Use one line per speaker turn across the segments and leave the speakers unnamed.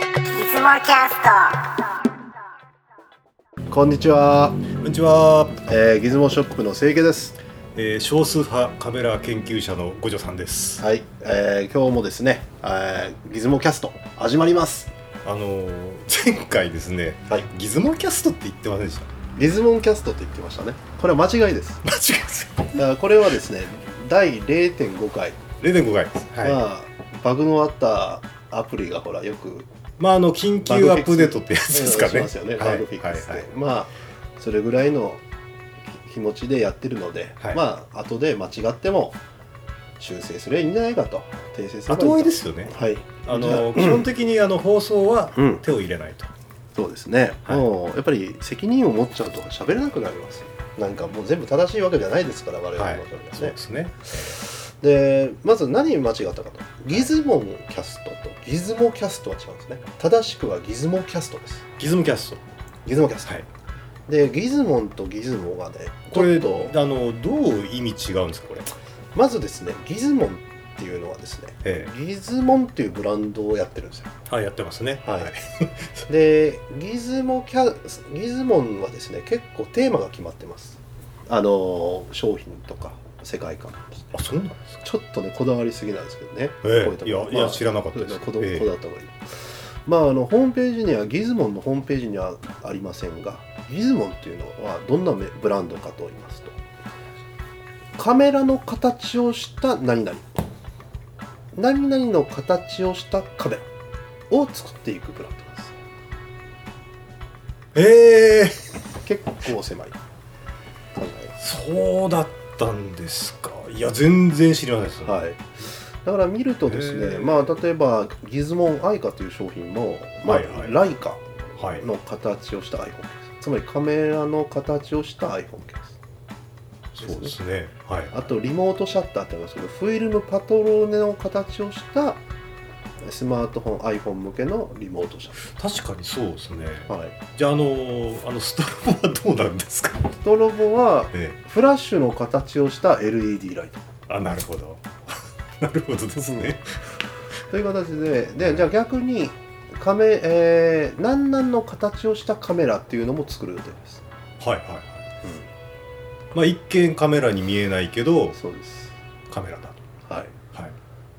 モキャスト
こんにちは、
こんにちは、
えー、ギズモショップの清家です。
えー少数派カメラ研究者の五条さんです、
はい、えー、今日もですね、えー、ギズモキャスト始まります。
あのー前回ですね
はい、
ギズモキャストって言ってませんでした
ギズモンキャストと言ってましたね。これは間違いです。
間違いです
だからこれはですね、第0.5回、
0.5回ですはい、まあ、
まあバグのあったアプリがほらよく
あの緊急アップデートってやつですか
し
ね
ますよね、
は
バ
い
グフィックスで、
はいはい
まあそれぐらいの気気持ちでやってるので、
はい
まあ後で間違っても修正すればいいんじゃないかと訂正すればいいと
後追いですよね
はい
あ
じゃ
のー基本的にあの放送は
うん
手を入れないと、
そうですね、
はい
もうやっぱり責任を持っちゃうと喋れなくなりますなんかもう全部正しいわけじゃないですから我々の
は
場
い
合は
そう
ね
で、すね
でまず何に間違ったかとギズモンキャストとギズモキャストは違うんですね正しくはギズモキャストです
ギズモキャスト
ギズモキャスト、
はい
でギズモンとギズモがねち
これ
ょ
あ
っと
のーどう意味違うんですかこれ
まずですねギズモンっていうのはですね
え
ギズモンっていうブランドをやってるんですよ
えはいやってますね
はい でギズモキャギズモンはですね結構テーマが決まってますあの商品とか世界観
あそうなんですか
ちょっとねこだわりすぎなんですけどね、
ええ
こううとこ
いやいや知らなかったです
そうこだ
ええ
こだわった方がいい、まああのホームページにはギズモンのホームページにはありませんがギズモンっていうのはどんなめブランドかと言いますとカメラの形をした何々何々の形をしたカメラを作っていくブランドです
ええ
結構狭い考えが
そうだったんですかいや全然知りませんでした、
はいだから見るとです
へ
ね、
ー
まあ、例えばギズモンアイカという商品も、まあ
はいはい
ライカ
はい
の形をした iPhone ケースつまりカメラの形をした iPhone ケース
そうですねはい
あとリモートシャッターってありますけどフィルムパトローネの形をしたスマートフォン iPhone 向けのリモートシャッ
確かにそうですね
ター、はい、
じゃああのーあのストロボはどうなんで すか、
ストロボは
え
フラッシュの形をした LED ライト
えあなるほど なるほどですね
という形ででじゃあ逆にカメ、えー、南南の形をしたカメラっていうのも作る予定です、
はいはいはいまあ一見カメラに見えないけど
そうです
カメラだ
はい
とはい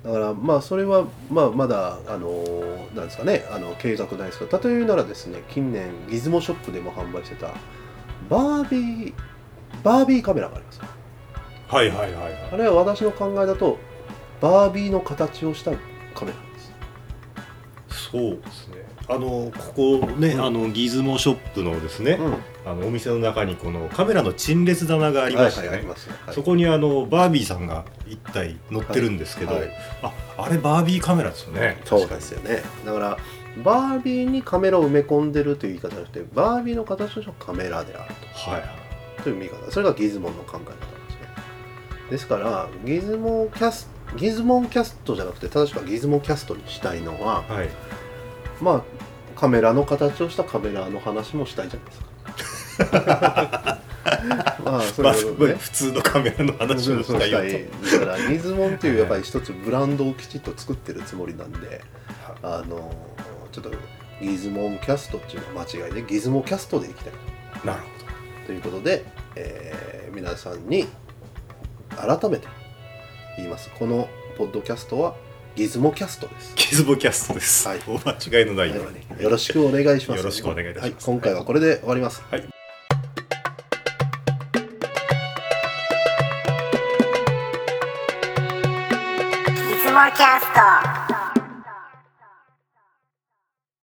だからまあそれは、まあ、まだあのーなんですかねあの計画ないですけど例えるならですね近年ギズモショップでも販売してたバービーバービーカメラがあります
はいはいはい
あ
はい
れは私の考えだとバービーの形をしたカメラなんです
そうですねあのここね、
うん
あのギズモショップのですね、
うん
あのお店の中にこのカメラの陳列棚があり
は
ま
い
した
は
ね、
いありますねはい
そこにあのバービーさんが一体乗ってるんですけど、
はいはい
ああれバービーカメラですよね。
そうですよねだからバービーにカメラを埋め込んでるという言い方じゃなくてバービーの形としてはカメラである
はいはい。
という見方それがギズモンの考え方なんですねですからギズモンキャスギズモンキャストじゃなくて正しくはギズモンキャストにしたいのは
はい、
まあカメラの形をしたカメラの話もしたいじゃないですか まあそ
ま
れ
あ
ほどね
普通のカメラの話をしたいよと。
だからギズモンっていうやっぱり一つブランドをきちっと作ってるつもりなんであのちょっとギズモンキャストっていうのは間違いでギズモキャストでいきたい
なるほ
ということで、えー皆さんに改めて言いますこのポッドキャストはギズモキャストです
ど。ギズボキャストです。
はい
お間違いのないように。
はいよろしくお願いします
よろしくお願いいたします
は今回はこれで終わります
はい
いつもキャスト